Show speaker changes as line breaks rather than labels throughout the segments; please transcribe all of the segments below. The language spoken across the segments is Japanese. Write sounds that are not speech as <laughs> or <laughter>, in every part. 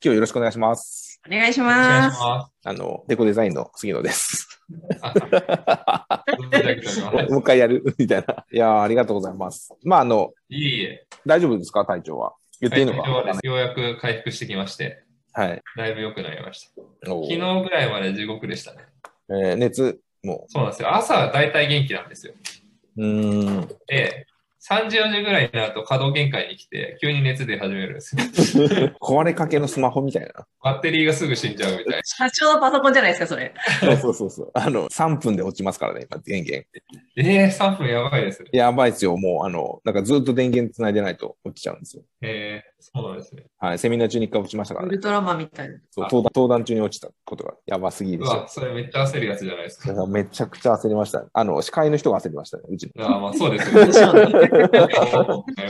今日よろしくお願いします。
お願いし
お願い
ま
し
す。
ま
あの、デコデザインの杉野です。
す。どうぞいただきたいと思いま
<laughs> もう一回やるみたいな。いやーありがとうございます。まあ、あの、
すいえいえ。
大丈夫ですか体調は。言っていいのか、
はい今日はですようやく回復してきまして、
はい。
だいぶ良くなりました。
お
昨
ー
日ぐらいまで地獄でしたね。
えー熱も。
そうなんですよ。朝は大体元気なんですよ。
うーん。
で、3時、4時ぐらいになると稼働限界に来て、急に熱出始めるんです
<laughs>
よ。
壊れかけのスマホみたいな。
バッテリーがすぐ死んじゃうみたい
社長のパソコンじゃないですか、それ。
<laughs>
そうそうそうそう。あの、3分で落ちますからね、今、電源。
な。えー、3分やばいですね。
やばいですよ。もう、あの、なんかずっと電源繋いでないと落ちちゃうんですよ。
えー、そうなんですね。
はい。セミナー中に一回落ちましたか
ウ
ら
ル
ね。
トラマンみたいな。
そう
あ
登壇登壇中に落ちたことがやばすぎ
う
でした
わ、。それめっちゃ焦るやつじゃないです
だ
か。
からめちゃくちゃ焦りました。あの、司会の人が焦りましたね、うちの。
あーまあそうですよね。なりま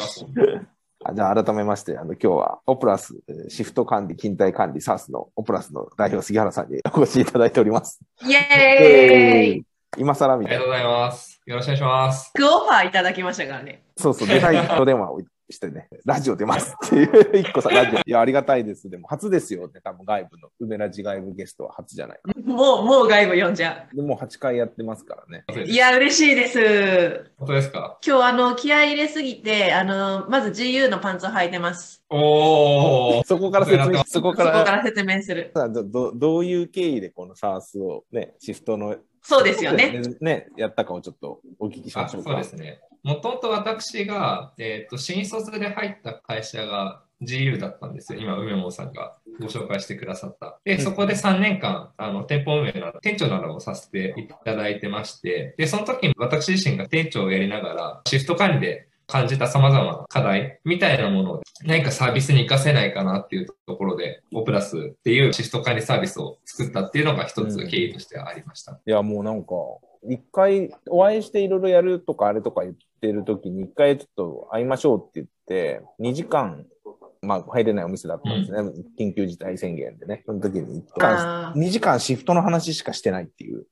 すもんね
あじゃあ改めまして、あの、今日は、オプラス、えーシフト管理、勤怠管理、サースのオプラスの代表、杉原さんにお越しいただいております。
イエーイ
今更み
あ
た
り
い
がと
な
う。ございます。よろしくお願いします。
クオファーいただきましたからね。
そうそう、出たいと電話をしてね、ラジオ出ますっていう、一個さ、ラジオ。いや、ありがたいです。でも、初ですよね、多分外部の、梅ラジ外部ゲストは初じゃないか。
もう、もう外部読んじゃ
でもう8回やってますからね。
う。いや、嬉しいです。
本当ですか
今日、あの、気合い入れすぎて、あの、まず GU のパンツを履いてます。
おー。
そこから説明、そこ
そこか
から、
ら説明する。
さあどどどういう経緯でこのサースをね、シフトの
そうですよね。。
ね、やったかをちょっとお聞きしま
あ
しょ
そう
か。
うですね。もともと私が、えー、と新卒で入った会社が GU だったんですよ。今、梅本さんがご紹介してくださった。で、そこで3年間、あの店舗運営など、店長などをさせていただいてまして、で、その時に私自身が店長をやりながら、シフト管理で感じた様々な課題みたいなものを何かサービスに活かせないかなっていうところで、オプラスっていうシフト管理サービスを作ったっていうのが一つ経緯としてありました。
<laughs> いや、もうなんか、一回お会いしていろいろやるとかあれとか言ってるときに、一回ちょっと会いましょうって言って、2時間、まあ入れないお店だったんですね。緊急事態宣言でね。その時に一回、
あー
2時間シフトの話しかしてないって <laughs> いう、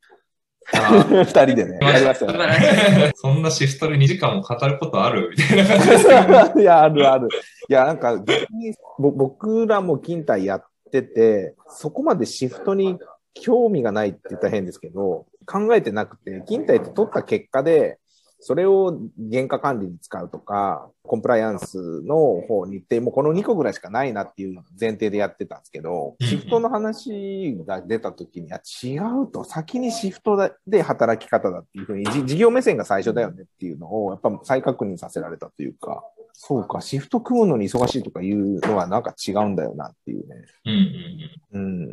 あー
2人で <laughs> ね、やりました
素晴
よね。
らしい。
<laughs> そんなシフトで2時間も語ることあるみたいな感じ
いや、あるある。いや、なんか逆にぼ僕らも勤怠やってて、そこまでシフトに興味がないって言ったら変ですけど、考えてなくて、勤怠って取った結果で、それを原価管理に使うとか、コンプライアンスの方に行って、もうこの2個ぐらいしかないなっていう前提でやってたんですけど、
うんうん
シフトの話が出た時に、あ、違うと、先にシフトで働き方だっていうふうに、じ事業目線が最初だよねっていうのを、やっぱ再確認させられたというか、そうか、シフト組むのに忙しいとかいうのはなんか違うんだよなっていうね。
うんうん
うん。
うん。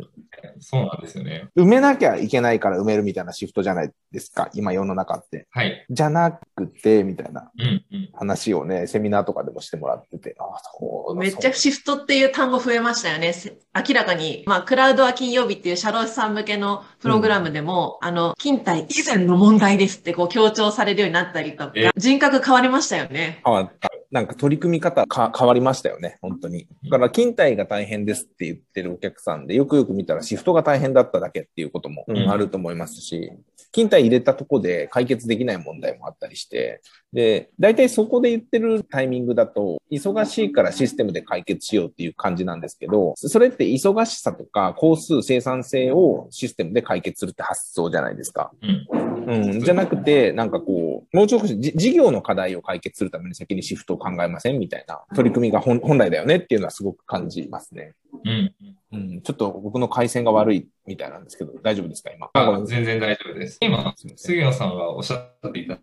そうなんですよね。
埋めなきゃいけないから埋めるみたいなシフトじゃないですか、今世の中って。
はい。
じゃなくて、みたいな
うんうん。
話をね、セミナーとかでもしてもらってて、ああ、そうだ
めっちゃ
そう
シフトっていう単語増えましたよね。せ明らかに、まあ、クラウドは金曜日っていう社労士さん向けのプログラムでも、あの、勤怠以前の問題ですってこう強調されるようになったりとか
え、
人格変わりましたよね。
変わった。なんか取り組み方か変わりましたよね、本当に。だから、勤怠が大変ですって言ってるお客さんで、よくよく見たらシフトが大変だっただけっていうことも、うん
うん
あると思いますし、勤怠入れたとこで解決できない問題もあったりして、で、大体そこで言ってるタイミングだと、忙しいからシステムで解決しようっていう感じなんですけど、それって忙しさとか、工数、生産性をシステムで解決するって発想じゃないですか。
うん。
うん、じゃなくて、なんかこう、もうちょっとじ事業の課題を解決するために先にシフトを考えませんみたいな取り組みが本本来だよねっていうのはすごく感じますね。
うん。
うん、ちょっと僕の回線が悪いみたいなんですけど、大丈夫ですか今。
あ全然大丈夫です。今、
すみません。
杉野さんがおっしゃっていた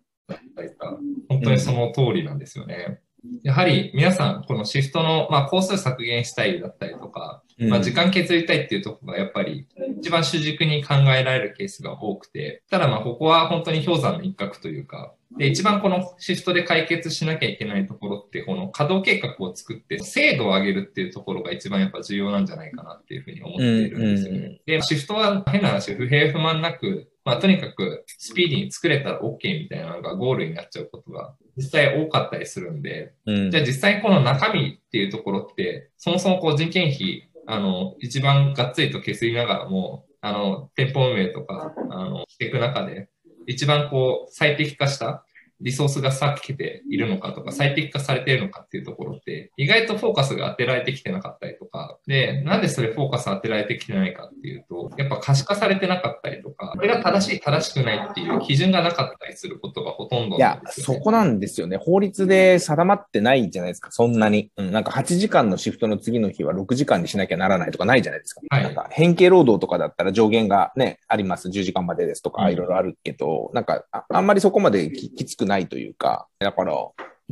だいた、本当にその通りなんですよね。やはり皆さん、このシフトの、まあ、工数削減したいだったりとか、まあ、時間削りたいっていうところがやっぱり一番主軸に考えられるケースが多くて、ただまあここは本当に氷山の一角というか、で、一番このシフトで解決しなきゃいけないところって、この稼働計画を作って精度を上げるっていうところが一番やっぱ重要なんじゃないかなっていうふうに思っているんですよ
うんうんう
ね。で、シフトは変な話、不平不満なく、まあとにかくスピーディーに作れたら OK みたいなのがゴールになっちゃうことが実際多かったりするんで、
うん、
じゃあ実際この中身っていうところって、そもそもこう人件費、あの、一番がっつりと削りながらも、あの、店舗運営とか、あの、していく中で、一番こう最適化したリソースが割けているのかとか、最適化されているのかっていうところって、意外とフォーカスが当てられてきてなかったりとか、で、なんでそれフォーカス当てられてきてないかっていうと、やっぱ可視化されてなかったりとか、これが正しい、正しくないっていう基準がなかったりすることがほとんど
いや
ん、ですよ
そ
ね
こなんですよね。法律で定まってないじゃないですか、そんなに。うん、なんか8時間のシフトの次の日は6時間にしなきゃならないとかないじゃないですか。
はい
なんか変形労働とかだったら上限がね、あります。10時間までですと
う
か、
ん
いろいろあるけど、なんかああんまりそこまでききつくないというか、だから、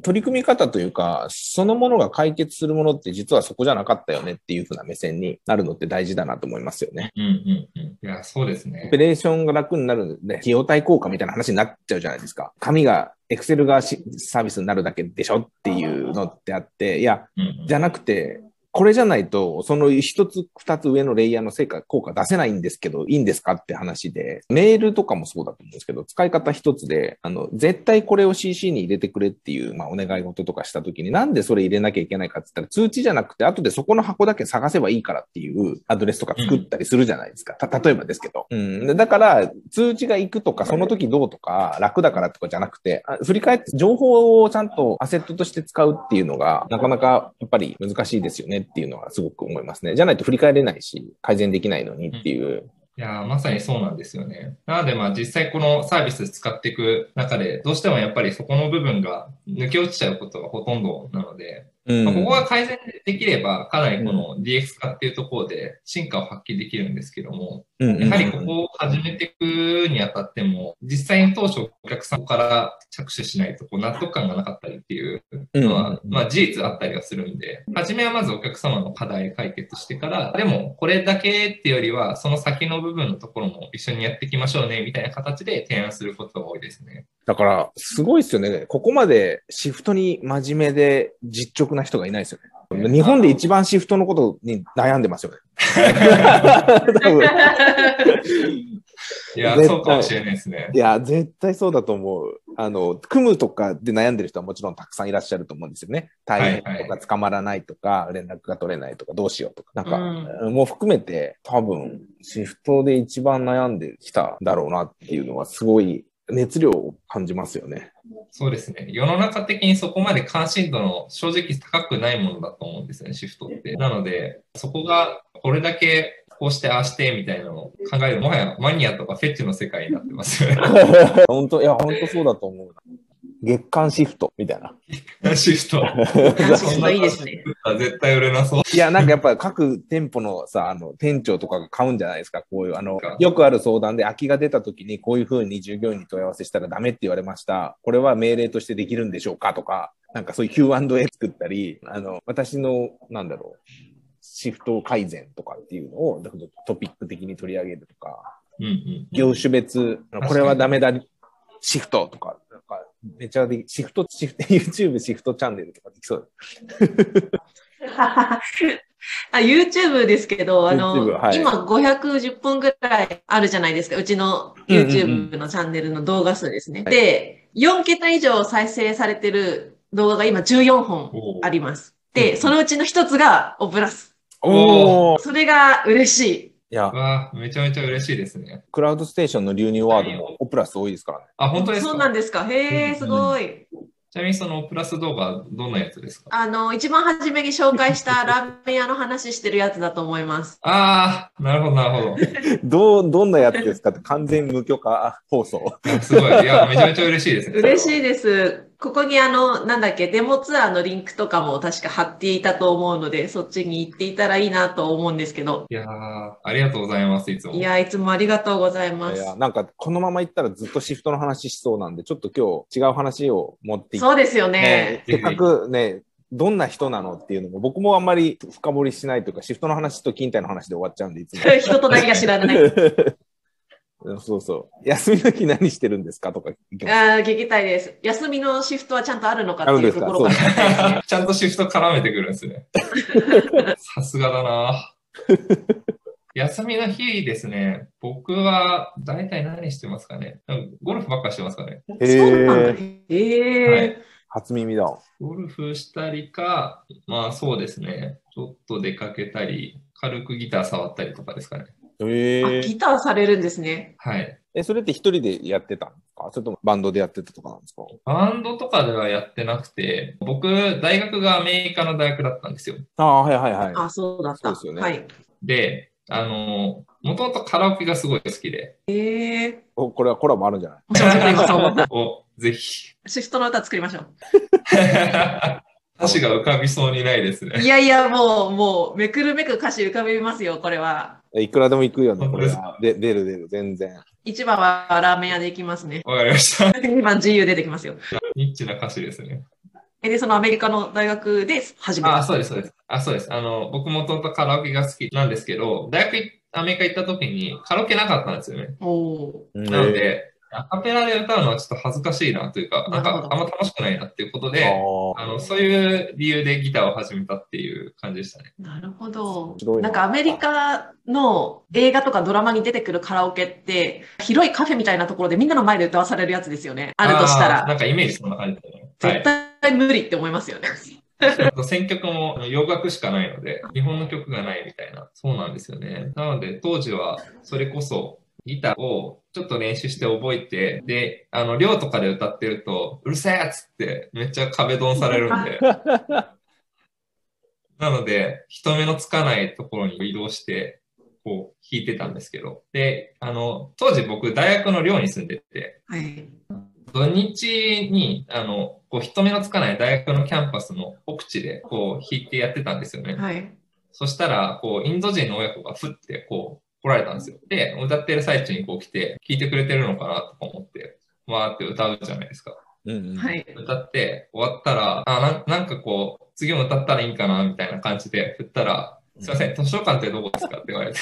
取り組み方というか、そのものが解決するものって実はそこじゃなかったよねっていうふうな目線になるのって大事だなと思いますよね。
うんうんうん。いや、そうです
オ
ね
ペ。レーションが楽になるんで、費用対効果みたいな話になっちゃうじゃないですか。紙が、エクセルがしサービスになるだけでしょっていうのってあって、いや、
うんうん
じゃなくて、これじゃないと、その一つ二つ上のレイヤーの成果、効果出せないんですけど、いいんですかって話で、メールとかもそうだと思うんですけど、使い方一つで、あの、絶対これを CC に入れてくれっていう、まあ、お願い事とかした時に、なんでそれ入れなきゃいけないかって言ったら、通知じゃなくて、後でそこの箱だけ探せばいいからっていうアドレスとか作ったりするじゃないですか。た、例えばですけど。うん。でだから、通知が行くとか、その時どうとか、楽だからとかじゃなくて、あ振り返って、情報をちゃんとアセットとして使うっていうのが、なかなかやっぱり難しいですよねっていうのはすごく思いますね。じゃないと振り返れないし、改善できないのにっていう。
いやー、まさにそうなんですよね。なので、まあ、実際このサービス使っていく中で、どうしてもやっぱりそこの部分が抜け落ちちゃうことがほとんどなので、
うん
まあここが改善できれば、かなりこの DX 化っていうところで進化を発揮できるんですけども、
うんうん
やはりここを始めていくにあたっても、実際に当初お客さんから着手しないとこう納得感がなかったりっていうの
うんうん
は
う、ん
まあ事実あったりはするんで、初めはまずお客様の課題解決してから、でもこれだけっていうよりは、その先の部分のところも一緒にやっていきましょうね、みたいな形で提案することが多いですね。
だから、すごいですよね。ここまでシフトに真面目で実直な人がいないですよね。日本で一番シフトのことに悩んで <laughs> ますよね。多分
いや、
絶対
そうかもしれないですね。
いや、絶対そうだと思う。あの、組むとかで悩んでる人はもちろんたくさんいらっしゃると思うんですよね。大変とか捕まらないとか、連絡が取れないとか、どうしよ <laughs> うとか、なんか、もう含めて多分、シフトで一番悩んできたんだろうなっていうのは、すごい熱量を感じますよね。
そうですね。世の中的にそこまで関心度の正直高くないものだと思うんですよね、シフトって。なので、そこがこれだけこうしてああしてみたいなのを考えると、もはやマニアとかフェッチの世界になってますよね。
本当いや、本当そうだと思うな。月間シフトみたいな。 <laughs>
シフト。
確かにいいですね。 <laughs>
絶対売れなそう。
いや、なんかやっぱり各店舗のさ、あの、店長とかが買うんじゃないですか、こういう、あの
か、
よくある相談で空きが出た時に、こういうふうに従業員に問い合わせしたらダメって言われました。これは命令としてできるんでしょうかとか、なんかそういう Q&A 作ったり、あの、私の、なんだろう、シフト改善とかっていうのをトピック的に取り上げるとか、
うんうん。
業種別、
かに
これはダメだ、シフトとか、なんか、めちゃで、シフト、シフト、YouTube シフトチャンネルとかできそう。
あ YouTube ですけど、あの、
YouTube はい
今510本ぐらいあるじゃないですか。うちの YouTube のチャンネルの動画数ですね。
はい
で、4桁以上再生されてる動画が今14本
おー
あります。
うん
で、そのうちの一つがオブラス。
おー
それが嬉しい。
いや
う、わあめちゃめちゃ嬉しいですね。
クラウドステーションの流入ワードもオプラス多いですからね。
あ、本当です
そうな
か
んですか。へえ、すごい。
ちなみにそのプラス動画、どんなやつですか
あの、一番初めに紹介したラーメン屋の話してるやつだと思います。
ああ、なるほど、なるほど
どう、どんなやつですかって完全無許可放送。
あ。すごい。いや、めちゃめちゃ嬉しいですね。
嬉し
い。
いです。ここにあの、なんだっけ、デモツアーのリンクとかも確か貼っていたと思うので、そっちに行っていたらいいなと思うんですけど。
いやーありがとうございます、いつも。
いや、いつもありがとうございま
い
す。
や、なんかこのまま行ったらずっとシフトの話しそうなんで、ちょっと今日違う話を持っていっ
そうですよね。
ね
せっかくね、どんな人なのっていうのも僕もあんまり深掘りしないというか、シフトの話と勤怠の話で終わっちゃうんで、いつも。
人とだけが知らない。
そうそう。休みの日何してるんですかとか聞きます
あー聞きたいです。休みのシフトはちゃんとあるのかっ
あ
て
るん
い
で
う
すか
ところが知りたいですね。
ちゃんとシフト絡めてくるんです
<laughs>
ね。さすがだな。休みの日ですね、僕は大体何してますかね。ゴルフばっかしてますかね。
へー
そうなんだ。へー
はい
初耳だ。
ゴルフしたりか、まあそうですね、ちょっと出かけたり、軽くギター触ったりとかですかね。
え
あギターされるんですね。
はい。
え、それって一人でやってたんですかそれともバンドでやってたとかなんですか
バンドとかではやってなくて、僕、大学がアメリカの大学だったんですよ。
ああ、はいはいはい。
あ、そうだっ
そうで
た。
すよね
はい。
で、あの、もともとカラオケがすごい好きで、
ええ
おこれはコラボあるんじゃない
ー。ちょっと作りましょ
お、ぜ <laughs> ひ。
<laughs>
う。シフトの歌作りましょ
歌詞が浮かびそうにないです
う。
ね。
いやいや、もう、もう、めくるめく歌詞浮かびますよ、これは。
えいくらでも行くよね、これ
本
は。で出る出る、全然。
一番はラーメン屋で行きますね。
わかりました。
2番自由出てきますよ。
ニッチな歌詞ですね。
えで、そのアメリカの大学で始め
あ、
た。
そうです、そうです。あ、そうです。あの、僕もともとカラオケが好きなんですけど、大学い、アメリカ行った時にカラオケなかったんですよね。
お
なの
え
で、アカペラで歌うのはちょっと恥ずかしいなというか、なん
なる
か
ほど
あんま楽しくないなっていうこと
ー
で、
あ
あ
ー
の、そういう理由でギターを始めたっていう感じでしたね。
ーなるほど
面白い。な
なんかアメリカの映画とかドラマに出てくるカラオケって、広いカフェみたいなところでみんなの前で歌わされるやつですよね。あるとした
あー
ら。
なんかイメージそんな感じだね。は
絶
い。
対無理って思いますよね。
<laughs> あと選曲もあの洋楽しかないので、日本の曲がないみたいな。そうなんですよね。なので、当時は、それこそ、ギターをちょっと練習して覚えて、で、あの、寮とかで歌ってると、うるせえっつって、めっちゃ壁ドンされるんで。なので、人目のつかないところに移動して、こう、弾いてたんですけど。で、あの、当時僕、大学の寮に住んでて、
はい。
土日に、あの、こう人目のつかない大学のキャンパスの奥地で、こう弾いてやってたんですよね。
はい。
そしたら、こう、インド人の親子がふって、こう、来られたんですよ。で、歌ってる最中にこう来て、聴いてくれてるのかなとか思って、わーって歌うじゃないですか。
うんうん
はい。
歌って終わったら、あ、なんなんかこう、次も歌ったらいいんかなみたいな感じで振ったら、すいません、図書館ってどこですかって言われて、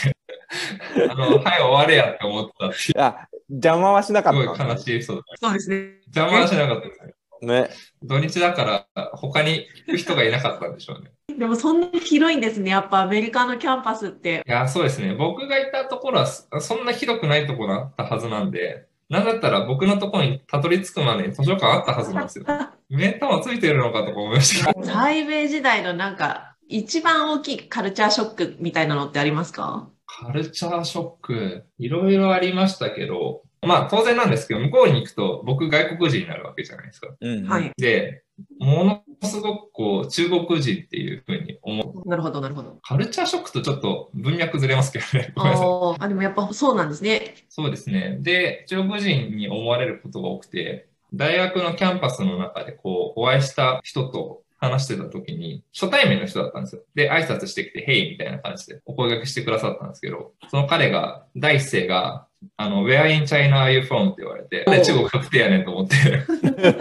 <laughs> あの、はい、終われやって思ったって、す
あ、邪魔はしなか
ごい
ったんだ
悲しいエピソード。
そうですね。
邪魔はしなかったですね。
ね。
土日だから、他に聞く人がいなかったんでしょうね。
でもそんなに広いんですね。やっぱアメリカのキャンパスって。
いや、そうですね。僕がいたところはそ、そんなひどくないところだったはずなんで、なんだったら僕のところにたどり着くまでに図書館あったはずなんですよ。目ん玉ついてるのかとか思いまし
<laughs>
たけど。
台米時代のなんか、一番大きいカルチャーショックみたいなのってありますか
カルチャーショック、いろいろありましたけど、まあ当然なんですけど、向こうに行くと僕外国人になるわけじゃないですか。
うんうん
はい。
で、ものすごくこう中国人っていうふうに思う。
なるほど、なるほど。
カルチャーショックとちょっと文脈ずれますけどね。ごめんなさい。
あーあ、でもやっぱそうなんですね。
そうですね。で、中国人に思われることが多くて、大学のキャンパスの中でこう、お会いした人と話してた時に、初対面の人だったんですよ。で、挨拶してきて、ヘイみたいな感じでお声掛けしてくださったんですけど、その彼が、第一声が、あの、Where in China are you from? って言われて、なんで中国確定やねんと
<laughs>
思って、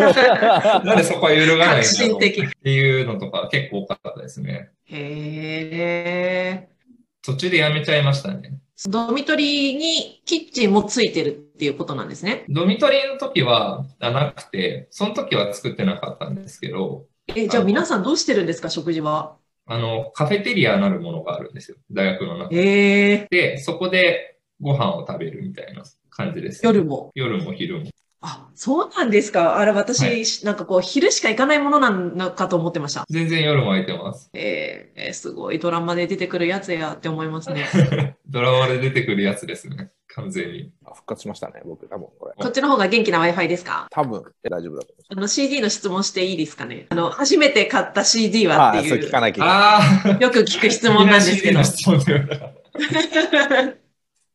なんでそこは揺るがな
革 <laughs>
いんだろ
新
うっ
的。へ
ていうのとか結構多かったですね。
え。
途中でやめちゃいましたね。
ドミトリーにキッチンもついてるっていうことなんですね。
ドミトリーの時はあなくて、その時は作ってなかったんですけど、
え、じゃあ皆さんどうしてるんですか、食事は。
あの、カフェテリアなるものがあるんですよ。大学の中
へえ。
で、そこでご飯を食べるみたいな感じです。
夜も。
夜も昼も。
あ、そうなんですか。あれ、私、
は
なんかこう、昼しか行かないものなのかと思ってました。
全然夜も空いてます。
えーえーすごいドラマで出てくるやつやって思いますね。
ドラマで出てくるやつですね。完全に。
あ <laughs> 復活しましたね、僕らもこれ。
こっちの方が元気な Wi-Fi ですか
多分大丈夫だと思います。
あの CD の質問していいですかねあの、初めて買った CD は
あ
って
あ、それ
い
聞
う、
かなきゃいけない。
ああ
よく聞く質問なんですけど。
質問だよな <laughs>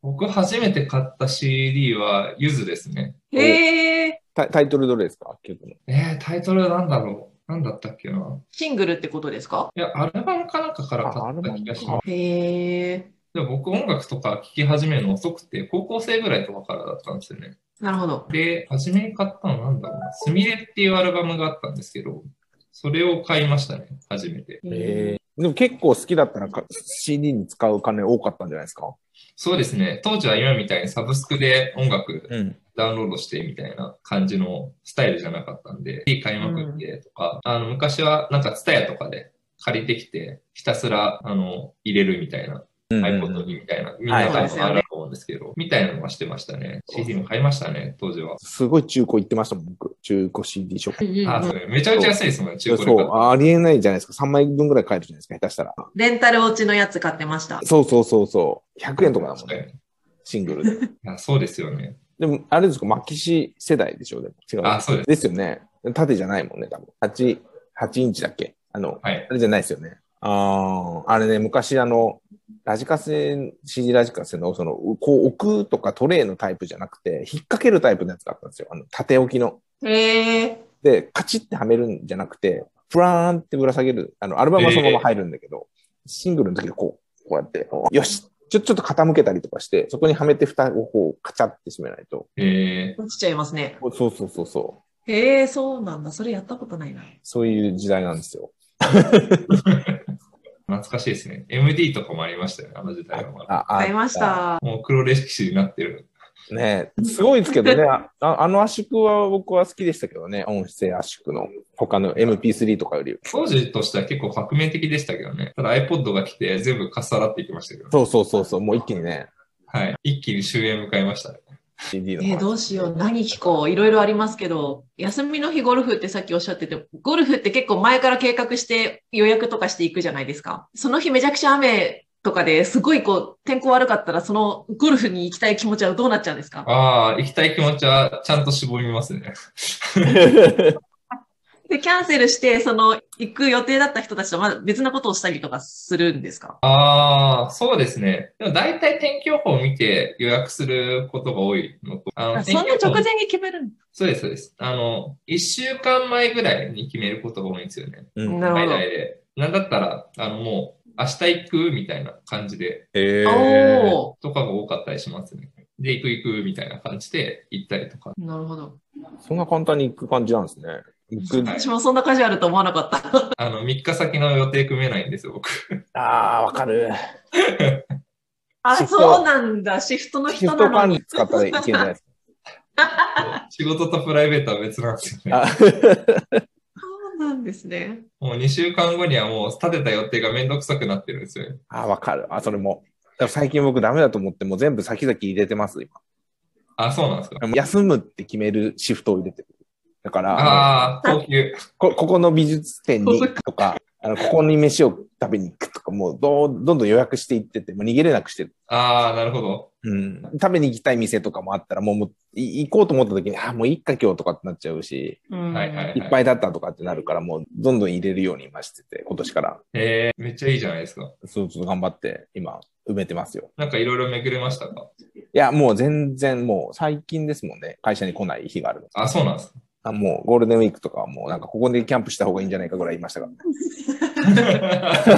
僕初めて買った CD はゆずですね。
<laughs> へえ、
タタイトルどれですか曲の。
えー、タイトルなんだろう。なんだったっけな。
シングルってことですか
いや、アルバムかなんかから買
あアル
った
バム
気がします。
へえ、
でも僕音楽とか聴き始めるの遅くて、高校生ぐらいとかからだったんですよね。
なるほど。
で、初めに買ったのなんだろうな。スミレっていうアルバムがあったんですけど、それを買いましたね、初めて。
えーでも結構好きだったらか CD に使う金多かったんじゃないですか
そうですね。当時は今みたいにサブスクで音楽
うん。
ダウンロードしてみたいな感じのスタイルじゃなかったんで、いい買いまくってとか、あの、昔はなんかツタヤとかで借りてきて、ひたすら、あの、入れるみたいな、iPod にみたいな、みんな買うのがあると思うんですけど、みたいなのはしてましたね。CD も買いましたね、当時は。
すごい中古行ってましたもん、僕。中古 CD ショップ。
うんうん
あ、
う
そ
ん
れめちゃめちゃ安いですもんね、中古で
そ
買っ
う、あありえないじゃないですか。3枚分ぐらい買えるじゃないですか、下手したら。
レンタル落ちのやつ買ってました。
そうそうそうそう。100円とかだもん
確
ね、
かにい
シングルで。
やそうですよね。
でも、あれですか、マキシ世代でしょでも違う。
あそうです
ですよね。縦じゃないもんね、多分。8、8インチだっけあの、
はい。
あれじゃないですよね。ああ、あれね、昔あの、ラジカセ、CD ラジカセの、その、こう置くとかトレイのタイプじゃなくて、引っ掛けるタイプのやつだったんですよ。あの、縦置きの。
へえ。
で、カチッてはめるんじゃなくて、プラーンってぶら下げる。あの、アルバムはそのまま入るんだけど、シングルの時はこう、こうやって、よしちょ、ちょっと傾けたりとかして、そこにはめて蓋をこう、カチャって閉めないと。
え
落ちちゃいますね。
そうそうそうそう。
へえ、そうなんだ。それやったことないな。
そういう時代なんですよ。
ー、懐かしいですね。MD とかもありましたよね、あの時代はまだ。
あ、あ
買いまし。た。
もう黒歴史になってる。
ねえすごいですけどね、ああの圧縮は僕は好きでしたけどね、音声圧縮の。他の MP3 とかより。
当時としては結構革命的でしたけどね。ただ iPod が来て全部かっさらっていきましたけど、
そうそうそうそう、もう一気にね、
はい。一気に終焉迎えましたね。
CD
え
の。
ーどうしよう。何聞こう。いろいろありますけど、休みの日ゴルフってさっきおっしゃってて、ゴルフって結構前から計画して予約とかしていくじゃないですか。その日めちゃくちゃ雨とかですごいこう、天候悪かったら、そのゴルフに行きたい気持ちはどうなっちゃうんですか
ああ、行きたい気持ちはちゃんと絞りますね。
で、キャンセルして、その、行く予定だった人たちとまだ別なことをしたりとかするんですか
ああ、そうですね。でも大体天気予報を見て予約することが多いのと、あの、
あそ
天
ん
気
な
予報
直前に決めるん
そうです、そうです。あの、一週間前ぐらいに決めることが多いんですよね。
うん
なるほ
海
ど。
外で。なんだったら、あの、もう、明日行くみたいな感じで、
えー、
お
とかが多かったりしますね。で、行く行くみたいな感じで行ったりとか。
ーなるほど。
そんな簡単に行く感じなんですね。行く
はい
私もそんなカジュアルと思わなかった。
あの、3日先の予定組めないんですよ、僕。
ああ、わかる。
あ、
シフト
そうなんだ。シフトの
シ
人
フト
なの
管理
に。
使ったらいけないです
仕事とプライベートは別なんですよね。
あ
<laughs> そうなんですね。
もう2週間後にはもう立てた予定がめんどくさくなってるんですよね。
あー、わかる。あ、それも。でも最近僕ダメだと思って、もう全部先々入れてます、今。
あ、そうなんですか。
休むって決めるシフトを入れてる。だから、
ああ、高級。
こここの美術展にとか、あのここに飯を食べに行くとか、もうどうどんどん予約していってて、もう逃げれなくしてる。
ああ、なるほど。
うん、食べに行きたい店とかもあったら、もうもうい行こうと思った時に、あ、もういっか今日とかってなっちゃうし、
うん
はいはい
いっぱいだったとかってなるから、もうどんどん入れるように今してて、今年から。
えー、めっちゃいいじゃないですか。
そうそう頑張って今埋めてますよ。
なんかいろいろ巡れましたか
いや、もう全然もう最近ですもんね。会社に来ない日があるの。
あ、そうなんですか。
あもうゴールデンウィークとかはもうなんかここでキャンプした方がいいんじゃないかぐらい言いましたからね。 <laughs>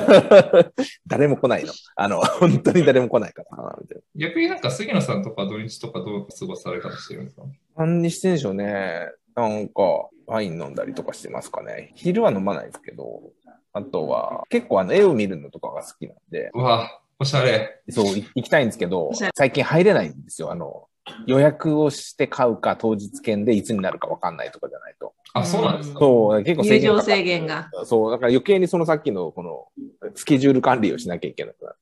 誰も来ないの。あの、 <laughs> 本当に誰も来ないからな、みたい
逆になんか杉野さんとか土日とかどう過ごされたりしてるんですか
な。何してんでしょうね。なんか、ワイン飲んだりとかしてますかね。昼は飲まないですけど、あとは、結構あの、絵を見るのとかが好きなんで、
うわ、おしゃれ。
そう、い行 <laughs> きたいんですけど
おしゃれ、
最近入れないんですよ。あの、予約をして買うか、当日券でいつになるかわかんないとかじゃないと。
あ、そうなんですか。
そう、結構
入
か
場
かって
制限が。
そう、だから余計にそのさっきのこのスケジュール管理をしなきゃいけなくなっ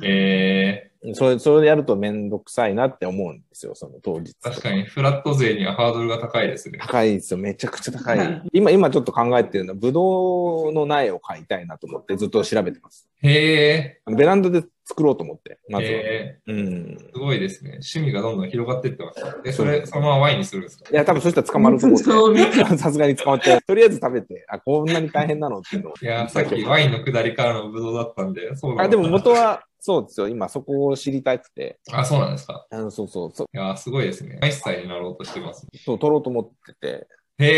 て、
え
それ、それでやるとめんどくさいなって思うんですよ、その当日
ー、。確かにフラット勢にはハードルが高いですね。
高いですよ、めちゃくちゃ高
はいい。
今、今ちょっと考えてるのは、ぶどうの苗を買いたいなと思って、ずっと調べてます。
へ
ベランダで作ろうと思って、
ー、
まずは。
え
うん
ー、。すごいですね。趣味がどんどん広がってってます。え、それ、そのままワインにするんですか
いや、多分そしたら捕まると思って。
<laughs> そう見て。
<laughs> さすがに捕まって、とりあえず食べて、あ、こんなに大変なのっていうのを。
いやー、さっきワインの下りからのブドウだったんで、そうだ
あ、でも元は、そうですよ、今そこを知りたくて、
あ、そうなんですか。
あの、そうそう、そう、
いやー、すごいですね。一歳になろうとしてます。
そう取ろうと思ってて、
へ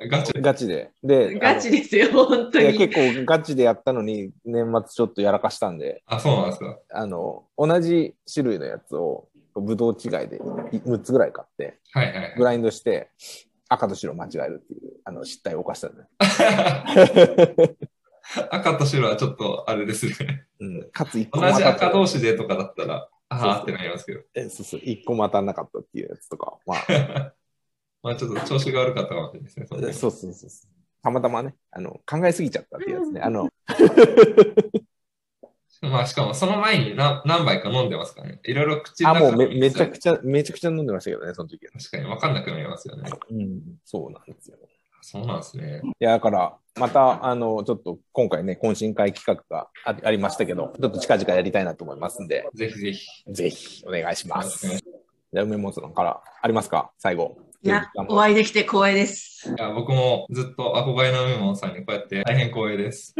え、ガチャ。
ガチで。で、
ガチですよ、本
あ
当
のいや
に。
結構ガチでやったのに、年末ちょっとやらかしたんで、
あ、そうなんですか。
あの、同じ種類のやつを、ぶどう違いで6つぐらい買って、
はいはいはい
グ。ラインドして、赤と白間違えるっていう、あの、失態を犯したんで。
<laughs> 赤と白はちょっとあれですね。
うん。かつ1個
同
も当
じ
たって
赤同士でとかだったら、あーってなりますけど。
えそうそう、1個も当たんなかったっていうやつとか、まあ、
まあちょっと調子が悪かったかもしれないですね。その
そう
時
そうそうそう。たまたまね、あの、考えすぎちゃったっていうやつね。あの、
まあしかもその前に何何杯か飲んでますからね。いろいろ口の
あ、
中
もう
に
めめちゃくちゃ、めちゃくちゃ飲んでましたけどね、その時は。
確かに分かんなくなりますよね。
うん、そうなんですよ。
そうなんですね。
いや、だから、また、あの、ちょっと今回ね、懇親会企画があありましたけど、ちょっと近々やりたいなと思いますんで、
ぜひぜひ。
ぜひお願いします。じゃあ、梅本さんからありますか最後。
いや、お会いできて光栄です。
いや、僕もずっと憧れの梅本さんにこうやって大変光栄です。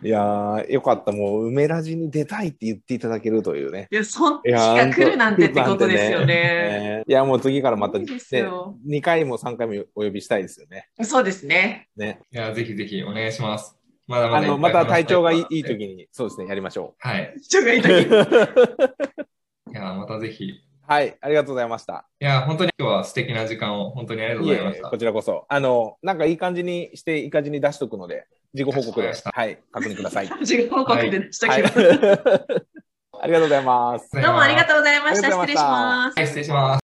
いやー、よかった。もう、梅ラジに出たいって言っていただけるというね。
いや、そん
い
日
や
が来るなんてってことですよね。
えーいや、もう次からまた、
いい
ね、
ですよ
2回も3回もお呼びしたいですよね。
そうですね。
ね。
いや、ぜひぜひお願いします。まだま
あ
だいっぱ
の、
い
また体調がいい
話
いい
したいことがあって
時に、そうですね、やりましょ
はい。
ちょっといい
<laughs>
時
う。
いや、またぜひ。い
はい、ありがとうございました。
や、本当に今日は素敵な時間を本当にありがとう
い
ございま
え
し、た
こ。ちらこそ。あの、なんかいい感じにして、いい感じに出しとくので、自己報告で、
かしこ
はい、確認くだ
<laughs>
さい。は
自己報告でした
い。
けど。
ありがとうございます。 <laughs>
どうもありがとうございました。
ありがとうございました
失礼します。
はい、失礼します。